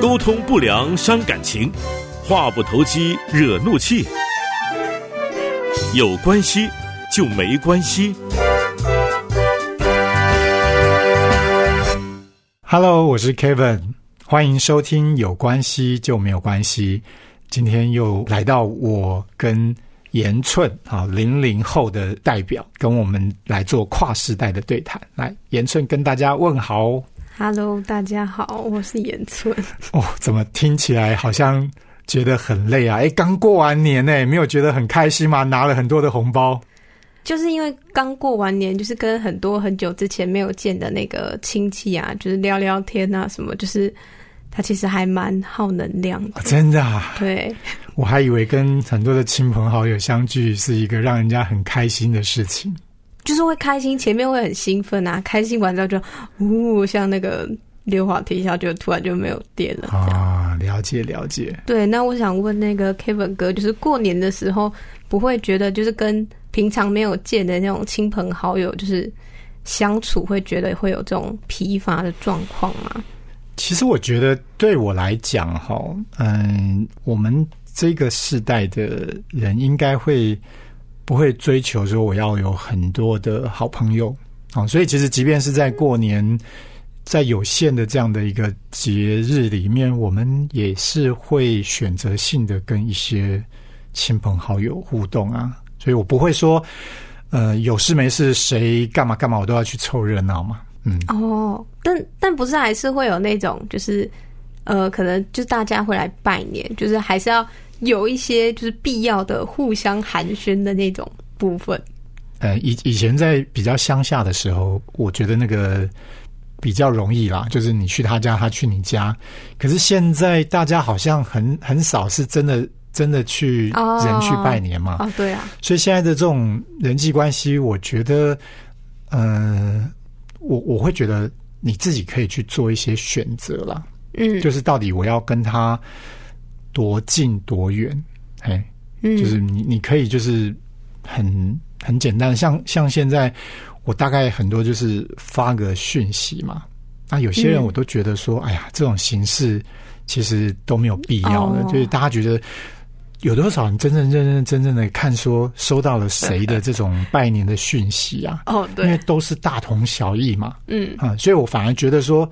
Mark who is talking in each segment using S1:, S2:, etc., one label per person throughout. S1: 沟通不良伤感情，话不投机惹怒气。有关系就没关系。
S2: Hello，我是 Kevin，欢迎收听《有关系就没有关系》。今天又来到我跟严寸啊零零后的代表，跟我们来做跨世代的对谈。来，严寸跟大家问好哦
S3: Hello，大家好，我是严寸。
S2: 哦，怎么听起来好像觉得很累啊？哎，刚过完年呢，没有觉得很开心吗？拿了很多的红包。
S3: 就是因为刚过完年，就是跟很多很久之前没有见的那个亲戚啊，就是聊聊天啊，什么，就是他其实还蛮耗能量的
S2: 啊。真的啊，
S3: 对，
S2: 我还以为跟很多的亲朋好友相聚是一个让人家很开心的事情。
S3: 就是会开心，前面会很兴奋啊，开心完之后就，呜，像那个溜滑梯一下就突然就没有电了。这样
S2: 啊，了解了解。
S3: 对，那我想问那个 Kevin 哥，就是过年的时候不会觉得就是跟平常没有见的那种亲朋好友，就是相处会觉得会有这种疲乏的状况吗？
S2: 其实我觉得对我来讲，哈，嗯，我们这个世代的人应该会不会追求说我要有很多的好朋友啊、哦所以其实即便是在过年，在有限的这样的一个节日里面，我们也是会选择性的跟一些亲朋好友互动啊。所以我不会说，呃，有事没事谁干嘛干嘛，我都要去凑热闹嘛。嗯，
S3: 哦，但但不是还是会有那种就是呃，可能就大家会来拜年，就是还是要有一些就是必要的互相寒暄的那种部分。
S2: 呃，以以前在比较乡下的时候，我觉得那个比较容易啦，就是你去他家，他去你家。可是现在大家好像很很少是真的真的去
S3: 哦
S2: 人去拜年嘛，
S3: 哦，对啊，
S2: 所以现在的这种人际关系，我觉得，呃，我我会觉得你自己可以去做一些选择啦，
S3: 嗯，
S2: 就是到底我要跟他多近多远，哎，
S3: 嗯
S2: 就是你你可以就是很很简单，像像现在我大概很多就是发个讯息嘛，那有些人
S3: 嗯
S2: 我都觉得说，哎呀，这种形式其实都没有必要的，
S3: 哦
S2: 就是大家觉得。有多少人真正认认真真的看说收到了谁的这种拜年的讯息啊？
S3: 嗯、哦，
S2: 因为
S3: 对，
S2: 都是大同小异嘛。
S3: 嗯，
S2: 啊、所以我反而觉得说，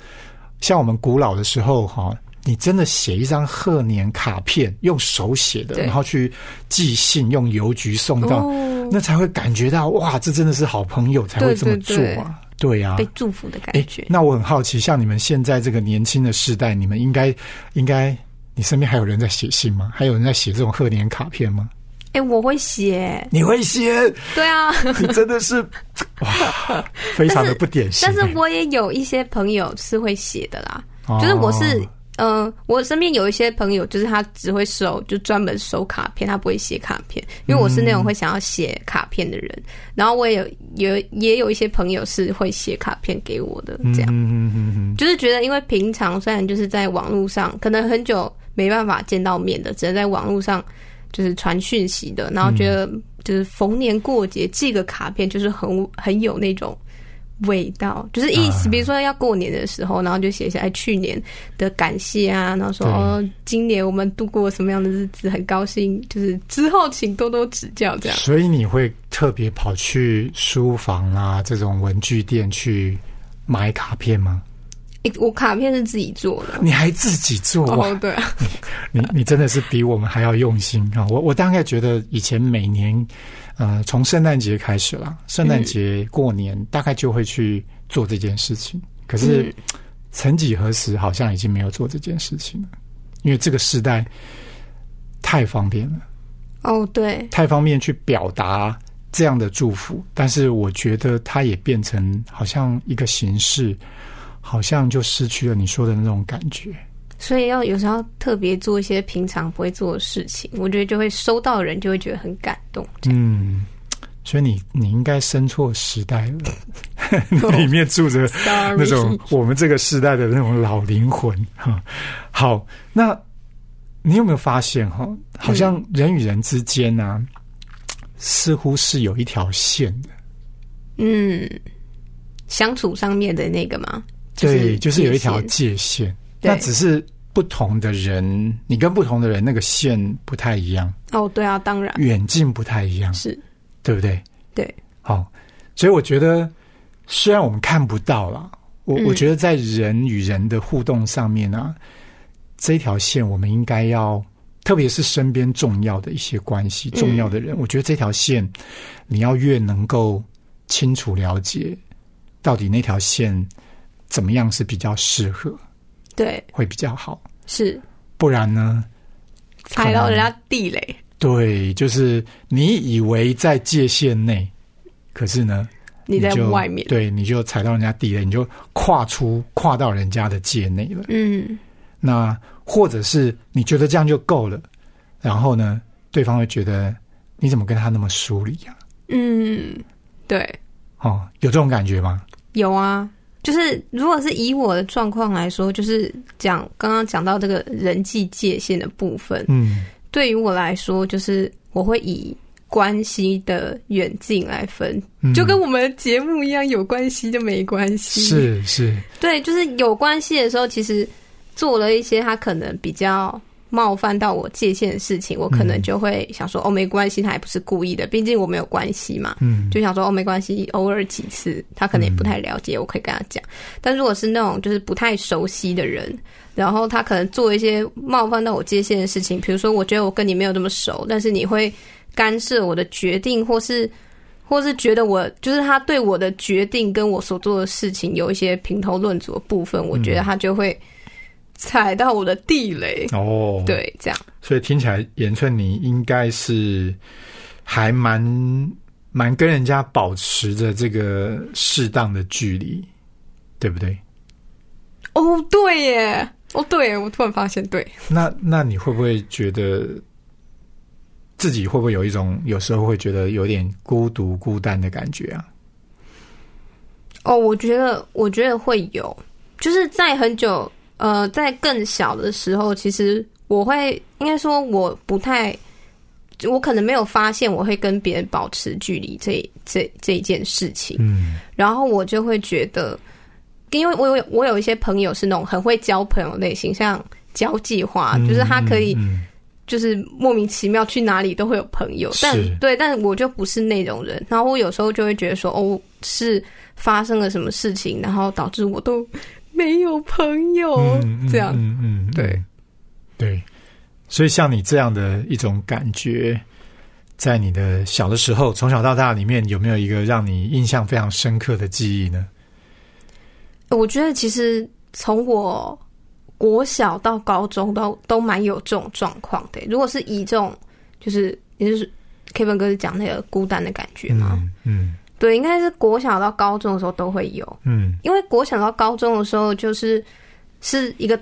S2: 像我们古老的时候哈、你真的写一张贺年卡片，用手写的，
S3: 对
S2: 然后去寄信，用邮局送到，
S3: 哦
S2: 那才会感觉到哇，这真的是好朋友才会
S3: 对
S2: 这么
S3: 对
S2: 做
S3: 对
S2: 啊，对呀、啊
S3: 被。祝福的感
S2: 诶
S3: 觉。
S2: 那我很好奇，像你们现在这个年轻的世代，你们应该应该，你身边还有人在写信吗？还有人在写这种贺年卡片吗？
S3: 哎、我会写，
S2: 你会写，
S3: 对啊，
S2: 你真的是 哇，非常的不典型
S3: 但
S2: 欸。
S3: 是我也有一些朋友是会写的啦，
S2: 哦
S3: 就是我是，嗯、我身边有一些朋友，就是他只会收，就专门收卡片，他不会写卡片，因为我是那种会想要写卡片的人。然后我也有也也有一些朋友是会写卡片给我的，这样。
S2: 嗯嗯嗯嗯
S3: 就是觉得，因为平常虽然就是在网络上，可能很久没办法见到面的，只能在网络上就是传讯息的，然后觉得
S2: 嗯
S3: 就是逢年过节寄个卡片，就是很很有那种味道，就是意
S2: 啊
S3: 思，比如说要过年的时候，然后就写下来哎去年的感谢啊，然后说
S2: 对
S3: 哦，今年我们度过什么样的日子，很高兴，就是之后请多多指教这样。
S2: 所以你会特别跑去书房啊这种文具店去买卡片吗？
S3: 诶我卡片是自己做的。
S2: 你还自己做哇？
S3: 哦，对啊，
S2: 你你真的是比我们还要用心啊！我我大概觉得以前每年，呃，从圣诞节开始啦，圣诞节、过年大概就会去做这件事情。可是、
S3: 嗯
S2: 曾几何时，好像已经没有做这件事情了，因为这个时代太方便了。
S3: 哦，对，
S2: 太方便去表达这样的祝福，但是我觉得它也变成好像一个形式，好像就失去了你说的那种感觉。
S3: 所以要有时候特别做一些平常不会做的事情，我觉得就会收到的人就会觉得很感动。
S2: 嗯，所以你你应该生错时代了， 里面住着
S3: Sorry
S2: 那种我们这个时代的那种老灵魂哈。好，那你有没有发现哈，好像人与人之间呢、啊，似乎是有一条线的。
S3: 嗯，相处上面的那个嘛，
S2: 对，就是有一条界
S3: 界限
S2: 限，
S3: 对
S2: 那只是不同的人，你跟不同的人那个线不太一样，
S3: 哦，对啊，当然
S2: 远近不太一样，
S3: 是
S2: 对不对？
S3: 对，
S2: 好，所以我觉得虽然我们看不到啦，我、
S3: 嗯
S2: 我觉得在人与人的互动上面啊，这条线我们应该要。特别是身边重要的一些关系、
S3: 嗯
S2: 重要的人，我觉得这条线你要越能够清楚了解，到底那条线怎么样是比较适合。
S3: 对
S2: 会比较好，
S3: 是
S2: 不然呢，
S3: 踩到人家地雷，
S2: 对，就是你以为在界限内，可是呢，
S3: 你在
S2: 就
S3: 外面，
S2: 对，你就踩到人家地雷，你就跨出跨到人家的界内了。
S3: 嗯，
S2: 那或者是你觉得这样就够了，然后呢，对方会觉得你怎么跟他那么疏离呀、
S3: 嗯，对，
S2: 哦，有这种感觉吗？
S3: 有啊，就是如果是以我的状况来说，就是讲刚刚讲到这个人际界限的部分，
S2: 嗯，
S3: 对于我来说，就是我会以关系的远近来分，
S2: 嗯
S3: 就跟我们的节目一样，有关系就没关系。，
S2: 是是，
S3: 对，就是有关系的时候，其实做了一些他可能比较。冒犯到我界限的事情，我可能
S2: 嗯
S3: 就会想说，哦，没关系，他也不是故意的，毕竟我们有关系嘛。
S2: 嗯，
S3: 就想说哦，没关系，偶尔几次，他可能也不太了解，我可以跟他讲。但如果是那种就是不太熟悉的人，然后他可能做一些冒犯到我界限的事情，比如说我觉得我跟你没有这么熟，但是你会干涉我的决定，或是或是觉得我就是他对我的决定跟我所做的事情有一些评头论足的部分，我觉得他就会踩到我的地雷。
S2: 哦，，
S3: 对，这样
S2: 所以听起来，严寸你应该是还蛮蛮跟人家保持着这个适当的距离，对不对？
S3: 哦，对耶，哦，对耶，我突然发现，对，
S2: 那那你会不会觉得自己会不会有一种有时候会觉得有点孤独孤单的感觉啊？
S3: 哦，我觉得，我觉得会有，就是在很久，呃，在更小的时候，其实我会应该说我不太，我可能没有发现我会跟别人保持距离这这这一件事情，
S2: 嗯
S3: 然后我就会觉得，因为我有我有一些朋友是那种很会交朋友类型，像交际花，啊就是他可以
S2: 嗯
S3: 就是莫名其妙去哪里都会有朋友，但
S2: 是
S3: 对，但我就不是那种人。然后我有时候就会觉得说，哦，是发生了什么事情，然后导致我都没有朋友、
S2: 嗯
S3: 哦这样。
S2: 嗯嗯，嗯
S3: 对
S2: 对，所以像你这样的一种感觉，在你的小的时候，从小到大里面，有没有一个让你印象非常深刻的记忆呢？
S3: 我觉得其实从我国小到高中都都蛮有这种状况的。如果是以这种，就是也就是 Kevin 哥讲那个孤单的感觉嘛，
S2: 嗯
S3: 对，应该是国小到高中的时候都会有。
S2: 嗯
S3: 因为国小到高中的时候，就是是一个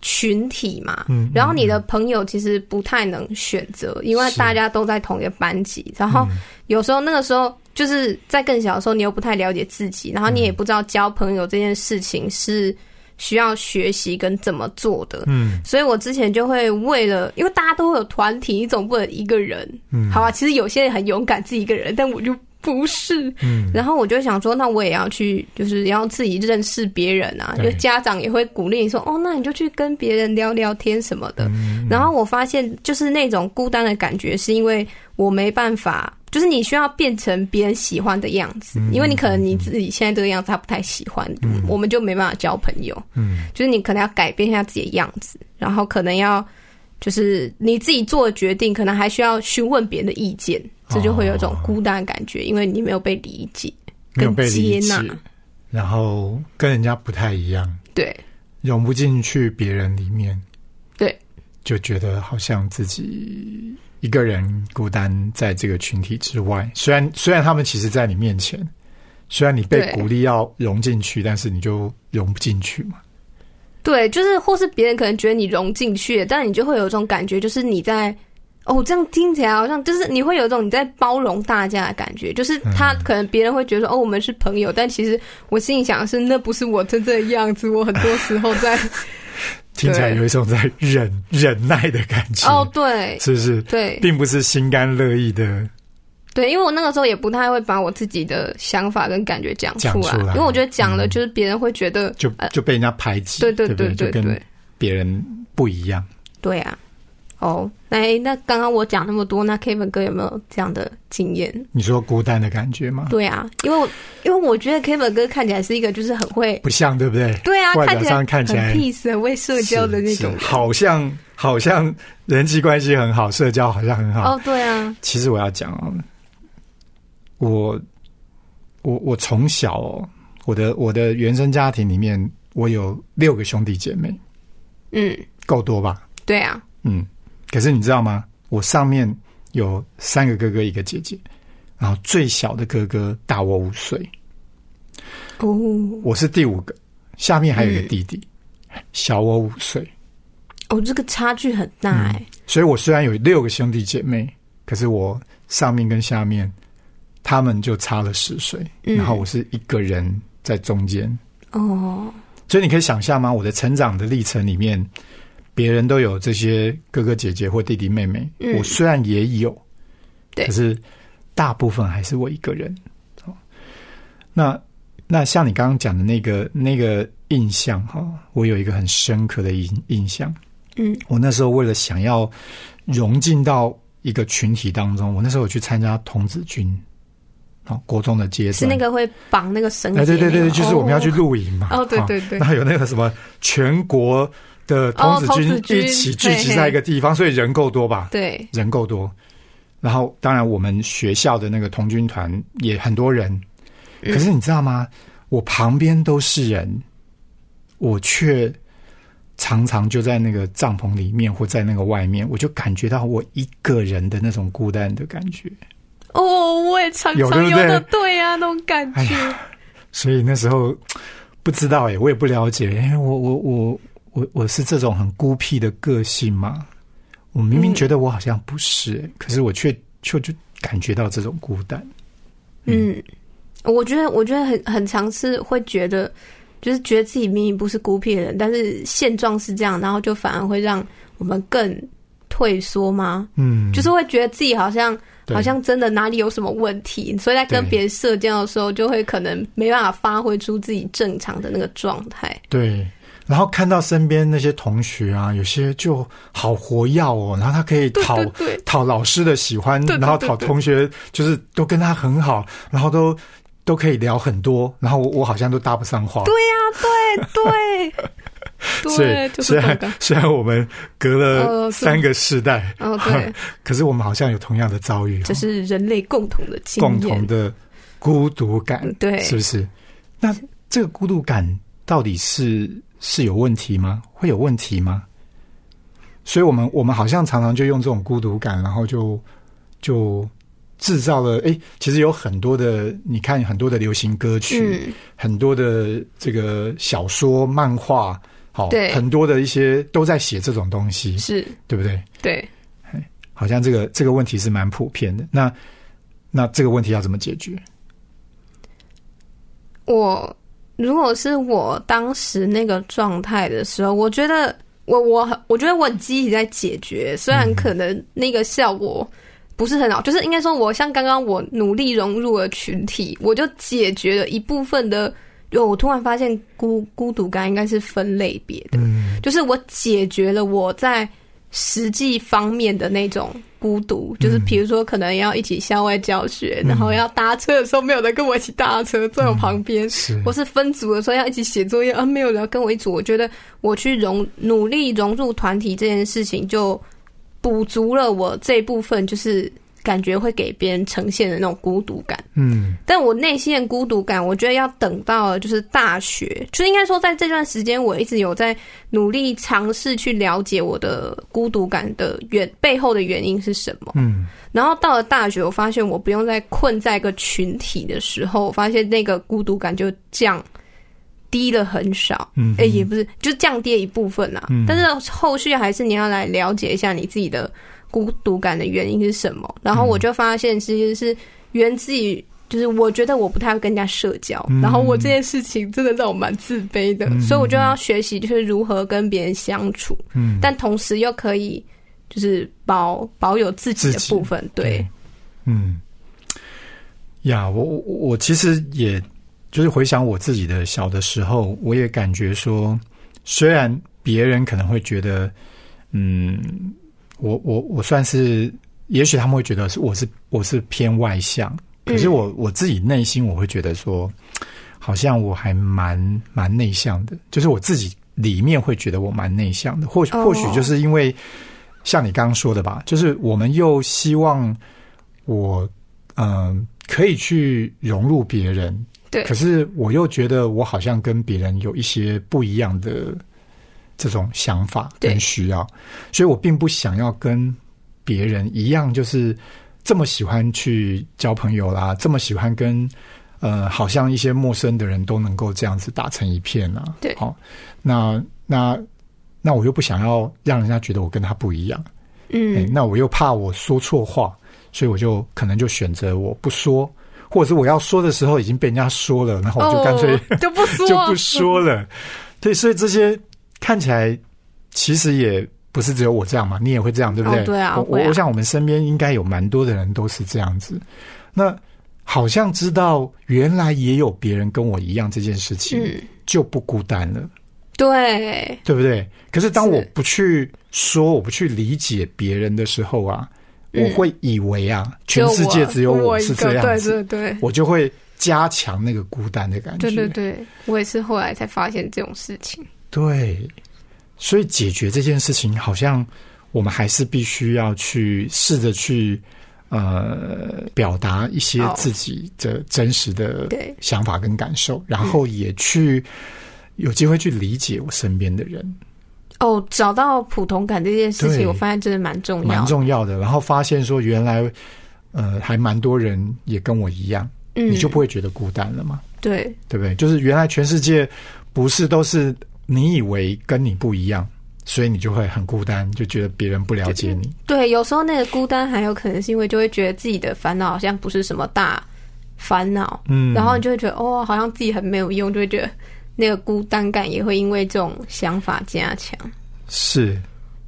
S3: 群体嘛，
S2: 嗯
S3: 然后你的朋友其实不太能选择，因为
S2: 是
S3: 大家都在同一个班级，
S2: 嗯
S3: 然后有时候那个时候就是在更小的时候，你又不太了解自己，然后你也不知道交朋友这件事情是需要学习跟怎么做的，
S2: 嗯
S3: 所以我之前就会为了，因为大家都会有团体，你总不能一个人。
S2: 嗯
S3: 好啊，其实有些人很勇敢自己一个人，但我就不是。
S2: 嗯
S3: 然后我就想说，那我也要去，就是要自己认识别人啊。
S2: 对
S3: 就家长也会鼓励你说，哦，那你就去跟别人聊聊天什
S2: 嗯
S3: 么的。然后我发现，就是那种孤单的感觉，是因为我没办法，就是你需要变成别人喜欢的样子，
S2: 嗯
S3: 因为你可能你自己现在这个样子他不太喜欢，我们就没办法交朋友。
S2: 嗯
S3: 就是你可能要改变一下自己的样子，然后可能要就是你自己做的决定，可能还需要询问别人的意见，这就会有一
S2: 哦
S3: 种孤单的感觉，因为你没有被理解
S2: 没有
S3: 跟
S2: 被
S3: 接
S2: 理解
S3: 纳。，
S2: 然后跟人家不太一样，
S3: 对
S2: 融不进去别人里面，
S3: 对，
S2: 就觉得好像自己一个人孤单在这个群体之外。虽然虽然他们其实在你面前，虽然你被
S3: 对
S2: 鼓励要融进去，但是你就融不进去嘛。
S3: 对，就是或是别人可能觉得你融进去了，但你就会有一种感觉，就是你在。哦，这样听起来好像就是你会有一种你在包容大家的感觉，就是
S2: 嗯
S3: 他可能别人会觉得说、哦，我们是朋友，但其实我心里想的是，那不是我真正的样子，我很多时候 在
S2: 听起来
S3: 对
S2: 有一种在忍忍耐的感觉，
S3: 哦，对
S2: 是不是？
S3: 对，
S2: 并不是心甘乐意的
S3: 对，因为我那个时候也不太会把我自己的想法跟感觉讲出来，
S2: 讲出来
S3: 因为我觉得讲了就是别人会觉得，
S2: 就就被人家排挤，
S3: 呃对
S2: 对
S3: 对对
S2: 不
S3: 对
S2: 就跟
S3: 对
S2: 别人不一样。
S3: 对啊。哦，那诶那刚刚我讲那么多，那 Kevin 哥有没有这样的经验？
S2: 你说孤单的感觉吗？
S3: 对啊，因为我因为我觉得 Kevin 哥看起来是一个就是很会，
S2: 不像，对不对？
S3: 对啊，
S2: 外
S3: 看
S2: 表
S3: 起
S2: 上
S3: 来
S2: 看起来
S3: 很 peace，很会社交的那
S2: 是
S3: 种人。
S2: 是好像好像人际关系很好，社交好像很好。
S3: 哦，对啊，
S2: 其实我要讲哦，我我我从小、哦，我的我的原生家庭里面，我有六个兄弟姐妹，
S3: 嗯，
S2: 够多吧？
S3: 对啊，
S2: 嗯，可是你知道吗？我上面有三个哥哥，一个姐姐，然后最小的哥哥大我五岁，
S3: 哦，
S2: 我是第五个，下面还有一
S3: 嗯
S2: 个弟弟，小我五岁。
S3: 哦，这个差距很
S2: 嗯
S3: 大哎、
S2: 所以我虽然有六个兄弟姐妹，可是我上面跟下面他们就差了十岁，
S3: 嗯
S2: 然后我是一个人在中间，
S3: 哦，
S2: 所以你可以想象吗？我的成长的历程里面，别人都有这些哥哥姐姐或弟弟妹妹，
S3: 嗯
S2: 我虽然也有，
S3: 对
S2: 可是大部分还是我一个人。哦那那像你刚刚讲的那个那个印象哈、我有一个很深刻的印印象。
S3: 嗯
S2: 我那时候为了想要融进到一个群体当中，我那时候有去参加童子军，哦，国中的阶段
S3: 是那个会绑那个绳结、
S2: 哎，对对对
S3: 那
S2: 对，
S3: 个
S2: 就是我们要去
S3: 哦
S2: 露营嘛。
S3: 哦对对
S2: 哈
S3: 对
S2: 然后有那个什么全国的童子
S3: 哦童子
S2: 军
S3: 军
S2: 一起聚集在一个地方，所以人够多吧？
S3: 对，
S2: 人够多。然后，当然我们学校的那个童军团也很多人，
S3: 嗯
S2: 可是你知道吗？我旁边都是人，我却常常就在那个帐篷里面或在那个外面，我就感觉到我一个人的那种孤单的感觉。
S3: 哦，我也常
S2: 有对不
S3: 常有
S2: 对
S3: 的，对啊，那种感
S2: 哎
S3: 觉，
S2: 所以那时候不知道哎、我也不了解，因为我我我我我是这种很孤僻的个性嘛。我明明
S3: 嗯
S2: 觉得我好像不是、欸可是我却却就感觉到这种孤单。
S3: 嗯，我觉得，我觉得很很常是会觉得，就是觉得自己明明不是孤僻的人，但是现状是这样，然后就反而会让我们更退缩吗？
S2: 嗯，
S3: 就是会觉得自己好像
S2: 对
S3: 好像真的哪里有什么问题，所以在跟
S2: 对
S3: 别人社交的时候，就会可能没办法发挥出自己正常的那个状态。
S2: 对。然后看到身边那些同学啊，有些就好活跃哦，然后他可以
S3: 对
S2: 讨
S3: 对对，
S2: 讨老师的喜欢，
S3: 对对
S2: 然后
S3: 对
S2: 讨
S3: 对
S2: 同学，就是都跟他很好，然后都都可以聊很多，然后我我好像都搭不上话。
S3: 对 呀、对对
S2: 所
S3: 对，
S2: 以
S3: 就是
S2: 虽
S3: 这
S2: 然
S3: 个。
S2: 虽然我们隔了
S3: 呃是
S2: 三个世代，
S3: 哦，对，
S2: 可是我们好像有同样的遭遇哦，
S3: 这是人类共同的经
S2: 共
S3: 验。
S2: 同的孤独感，
S3: 对
S2: 是不是？那这个孤独感到底是是有问题吗？会有问题吗？所以我们我们好像常常就用这种孤独感，然后就就制造了。哎，其实有很多的，你看很多的流行歌曲，
S3: 嗯，
S2: 很多的这个小说、漫画，好，
S3: 对
S2: 很多的一些都在写这种东西，
S3: 是
S2: 对不对？
S3: 对。
S2: 好像这个这个问题是蛮普遍的。那那这个问题要怎么解决？
S3: 我如果是我当时那个状态的时候，我觉得我我很我觉得我很积极在解决，虽然可能那个效果不是很好，就是应该说我像刚刚我努力融入了群体，我就解决了一部分的。有我突然发现孤孤独感应该是分类别的，
S2: 嗯，
S3: 就是我解决了我在实际方面的那种孤独，就是比如说可能要一起校外教学，然后要搭车的时候没有人跟我一起搭车，坐我旁边，
S2: 是
S3: 或是分组的时候要一起写作业，啊，没有人要跟我一组，我觉得我去融努力融入团体这件事情，就补足了我这部分，就是感觉会给别人呈现的那种孤独感。
S2: 嗯
S3: 但我内心的孤独感，我觉得要等到就是大学，就应该说在这段时间，我一直有在努力尝试去了解我的孤独感的原背后的原因是什么。
S2: 嗯
S3: 然后到了大学，我发现我不用再困在一个群体的时候，我发现那个孤独感就降低了很少。
S2: 嗯，
S3: 哎、也不是，就降低了一部分啊。
S2: 嗯
S3: 但是后续还是你要来了解一下你自己的孤独感的原因是什么。然后我就发现，其实是源自于，就是我觉得我不太会跟人家社交，
S2: 嗯
S3: 然后我这件事情真的让我蛮自卑的，
S2: 嗯
S3: 所以我就要学习就是如何跟别人相处，
S2: 嗯，
S3: 但同时又可以就是保保有自己的
S2: 自己
S3: 部分。对，
S2: 嗯，呀，我我我其实也就是回想我自己的小的时候，我也感觉说，虽然别人可能会觉得，嗯，我我我算是，也许他们会觉得是我是我是偏外向，可是我我自己内心我会觉得说，好像我还蛮蛮内向的，就是我自己里面会觉得我蛮内向的，或许
S3: 哦
S2: 或许就是因为像你刚刚说的吧，就是我们又希望我嗯、可以去融入别人，
S3: 对
S2: 可是我又觉得我好像跟别人有一些不一样的这种想法
S3: 对
S2: 跟需要，所以我并不想要跟别人一样，就是这么喜欢去交朋友啦，这么喜欢跟呃，好像一些陌生的人都能够这样子打成一片啊。
S3: 对
S2: 好、那那那我又不想要让人家觉得我跟他不一样，哎、
S3: 嗯，
S2: 那我又怕我说错话，所以我就可能就选择我不说，或者是我要说的时候已经被人家说了，然后我就干脆、
S3: 哦、就不 说，
S2: 就不说了。对，所以这些看起来其实也不是只有我这样嘛，你也会这样，对不对？
S3: 哦对啊
S2: 我
S3: 会啊
S2: 我我想我们身边应该有蛮多的人都是这样子。那好像知道原来也有别人跟我一样这件事情，
S3: 嗯，
S2: 就不孤单了，
S3: 对，
S2: 对不对？可是当
S3: 是
S2: 我不去说，我不去理解别人的时候啊，
S3: 嗯
S2: 我会以为啊，全世界只有
S3: 我
S2: 是
S3: 一
S2: 这
S3: 个
S2: 样子，
S3: 对对对。
S2: 我就会加强那个孤单的感觉。
S3: 对对对，我也是后来才发现这种事情。
S2: 对，所以解决这件事情，好像我们还是必须要去试着去呃表达一些
S3: 哦
S2: 自己的真实的
S3: 对
S2: 想法跟感受，然后
S3: 嗯
S2: 也去有机会去理解我身边的人，
S3: 哦，找到普通感这件事
S2: 对
S3: 情，我发现真的蛮重要
S2: 蛮
S3: 的。
S2: 重要的。然后发现说，原来呃还蛮多人也跟我一样，
S3: 嗯，
S2: 你就不会觉得孤单了嘛，
S3: 对
S2: 对不对？就是原来全世界不是都是你以为跟你不一样。所以你就会很孤单，就觉得别人不了解你。
S3: 对，有时候那个孤单还有可能是因为就会觉得自己的烦恼好像不是什么大烦恼，
S2: 嗯，
S3: 然后你就会觉得哦，好像自己很没有用，就会觉得那个孤单感也会因为这种想法加强。
S2: 是，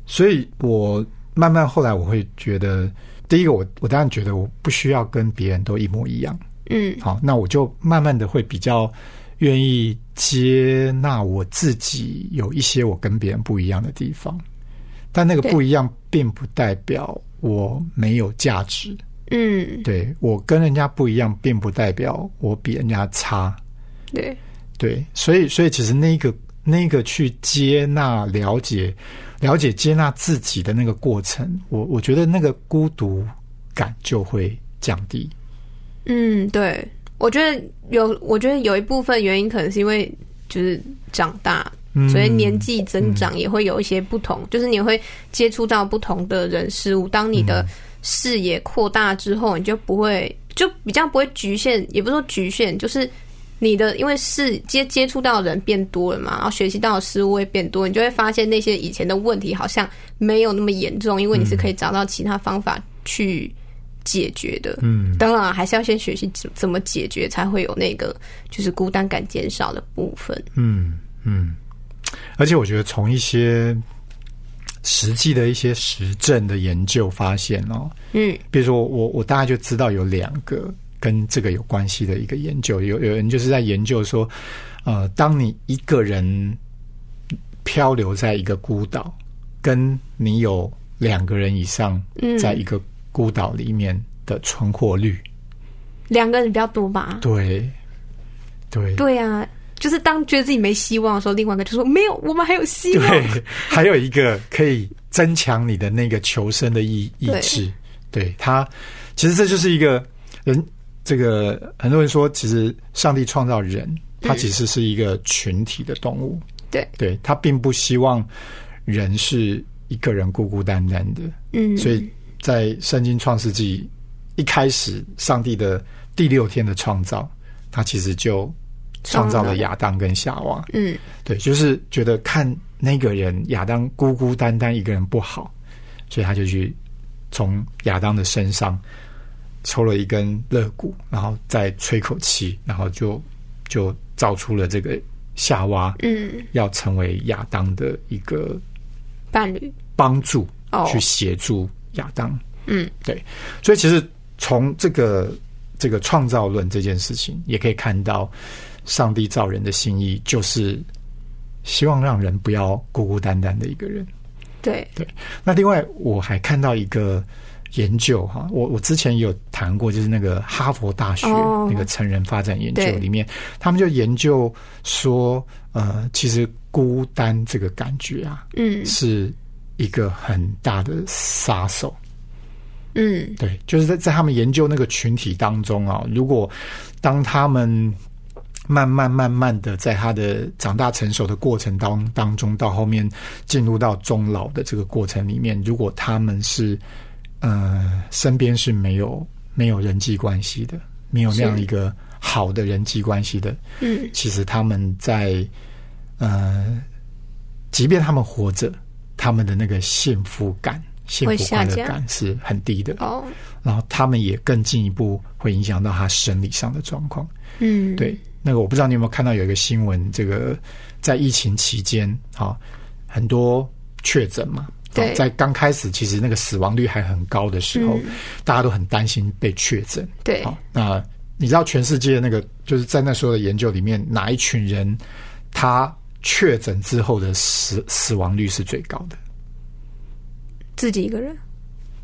S2: 所以我慢慢后来我会觉得，第一个我我当然觉得我不需要跟别人都一模一样，
S3: 嗯，
S2: 好，那我就慢慢的会比较愿意接纳我自己有一些我跟别人不一样的地方，但那个
S3: 对
S2: 不一样并不代表我没有价值，
S3: 嗯，
S2: 对我跟人家不一样，并不代表我比人家差，
S3: 对，
S2: 对，所以所以其实那个那个去接纳、了解、了解、接纳自己的那个过程，我我觉得那个孤独感就会降低。
S3: 嗯，对，我觉得有，我觉得有一部分原因可能是因为就是长大，
S2: 嗯
S3: 所以年纪增长也会有一些不同，就是你会接触到不同的人事物。当你
S2: 嗯
S3: 的视野扩大之后，你就不会就比较不会局限，也不是说局限，就是你的因为是接接触到的人变多了嘛，然后学习到的事物会变多，你就会发现那些以前的问题好像没有那么严重，因为你
S2: 嗯
S3: 是可以找到其他方法去解决的。
S2: 嗯，
S3: 当然，还是要先学习怎怎么解决，才会有那个就是孤单感减少的部分。
S2: 嗯嗯，而且我觉得从一些实际的一些实证的研究发现哦，
S3: 嗯
S2: 比如说我我大概就知道有两个跟这个有关系的一个研究，有有人就是在研究说，呃，当你一个人漂流在一个孤岛，跟你有两个人以上
S3: 嗯，
S2: 在一个孤岛里面的存活率，
S3: 两个人比较多吧？
S2: 对对
S3: 对啊，就是当觉得自己没希望的时候，另外一个就说没有，我们还有希 望。
S2: 对，还有一个可以增强你的那个求生的意意
S3: 对
S2: 志。对它，其实这就是一个人。这个很多人说，其实上帝创造人，他其实是一个群体的动物。
S3: 对
S2: 对，他并不希望人是一个人孤孤单单的。
S3: 嗯，
S2: 所以在圣经创世纪一开始，上帝的第六天的创造，他其实就创造了亚当跟夏娃。
S3: 嗯，
S2: 对，就是觉得看那个人亚当孤孤单单一个人不好，所以他就去从亚当的身上抽了一根肋骨，然后再吹口气，然后就就造出了这个夏娃，
S3: 嗯，
S2: 要成为亚当的一个
S3: 伴侣
S2: 帮助，
S3: 哦
S2: 去协助亚当。
S3: 嗯，
S2: 对，所以其实从这个这个创造论这件事情，也可以看到上帝造人的心意，就是希望让人不要孤孤单单的一个人。
S3: 对，
S2: 那另外我还看到一个研究哈，我我之前也有谈过，就是那个哈佛大学
S3: 哦
S2: 那个成人发展研究
S3: 对
S2: 里面，他们就研究说，呃，其实孤单这个感觉啊，
S3: 嗯
S2: 是一个很大的杀手。
S3: 嗯
S2: 对，就是在在他们研究那个群体当中啊，如果当他们慢慢慢慢的在他的长大成熟的过程当当中，到后面进入到终老的这个过程里面，如果他们是呃身边是没有没有人际关系的，没有那样
S3: 是
S2: 一个好的人际关系的，
S3: 嗯，
S2: 其实他们在呃，即便他们活着，他们的那个幸福感、幸
S3: 会
S2: 福
S3: 下
S2: 快乐
S3: 降
S2: 感是很低的。
S3: 哦，
S2: 然后他们也更进一步会影响到他生理上的状况。
S3: 嗯，
S2: 对，那个我不知道你有没有看到有一个新闻，这个在疫情期间，好、很多确诊嘛。
S3: 对嗯
S2: 好在刚开始其实那个死亡率还很高的时候，大家都很担心被确诊。
S3: 对
S2: 好，那你知道全世界那个就是在那所有的研究里面，哪一群人他确诊之后的死死亡率是最高的？
S3: 自己一个人，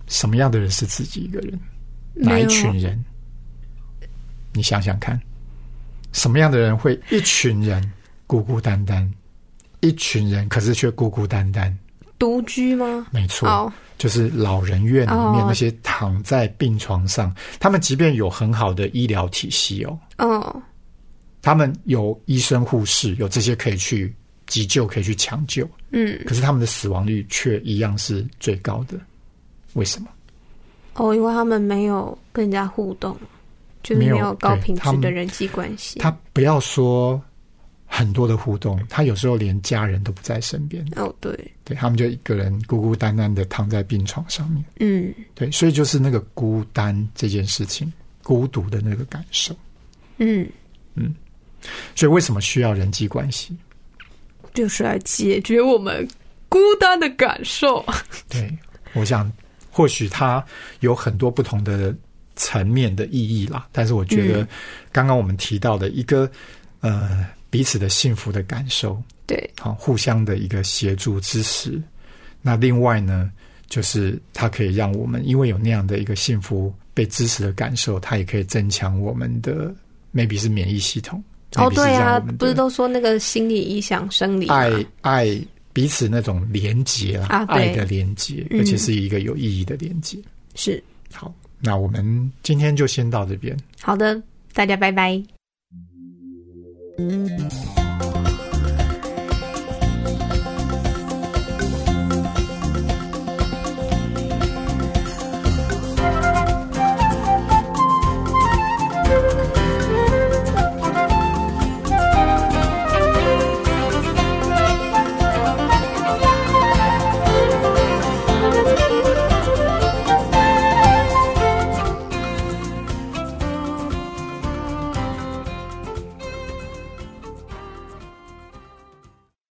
S2: 什么样的人是自己一个人？哪
S3: 没
S2: 一
S3: 有
S2: 群人？你想想看，什么样的人会一群人孤孤单单，一群人可是却孤孤单单？
S3: 独居吗？
S2: 没错，
S3: 哦，
S2: 就是老人院里面
S3: 哦
S2: 那些躺在病床上，他们即便有很好的医疗体系哦，
S3: 哦，
S2: 他们有医生、护士，有这些可以去急救、可以去抢救，
S3: 嗯，
S2: 可是他们的死亡率却一样是最高的。为什么？
S3: 哦，因为他们没有跟人家互动，就是
S2: 没有
S3: 没有高
S2: 对
S3: 品
S2: 他
S3: 质
S2: 们
S3: 的人际关系。
S2: 他不要说很多的互动，他有时候连家人都不在身边，
S3: 哦，对，
S2: 对他们就一个人孤孤单单的躺在病床上面，
S3: 嗯
S2: 对，所以就是那个孤单这件事情，孤独的那个感受。
S3: 嗯，
S2: 所以为什么需要人际关系？
S3: 就是来解决我们孤单的感受。
S2: 对，我想或许它有很多不同的层面的意义啦，但是我觉得
S3: 嗯
S2: 刚刚我们提到的一个、呃彼此的幸福的感受，
S3: 对，
S2: 好，互相的一个协助支持。那另外呢，就是它可以让我们因为有那样的一个幸福被支持的感受，它也可以增强我们的 maybe 是免疫系统。
S3: 哦，
S2: maybe
S3: 对
S2: 让
S3: 啊
S2: 我们，的哎
S3: 不是都说那个心理影响生理吗
S2: 爱爱彼此那种连结啦，
S3: 啊对
S2: 爱的连结，
S3: 嗯
S2: 而且是一个有意义的连结。
S3: 是
S2: 好，那我们今天就先到这边。
S3: 好的，大家拜拜。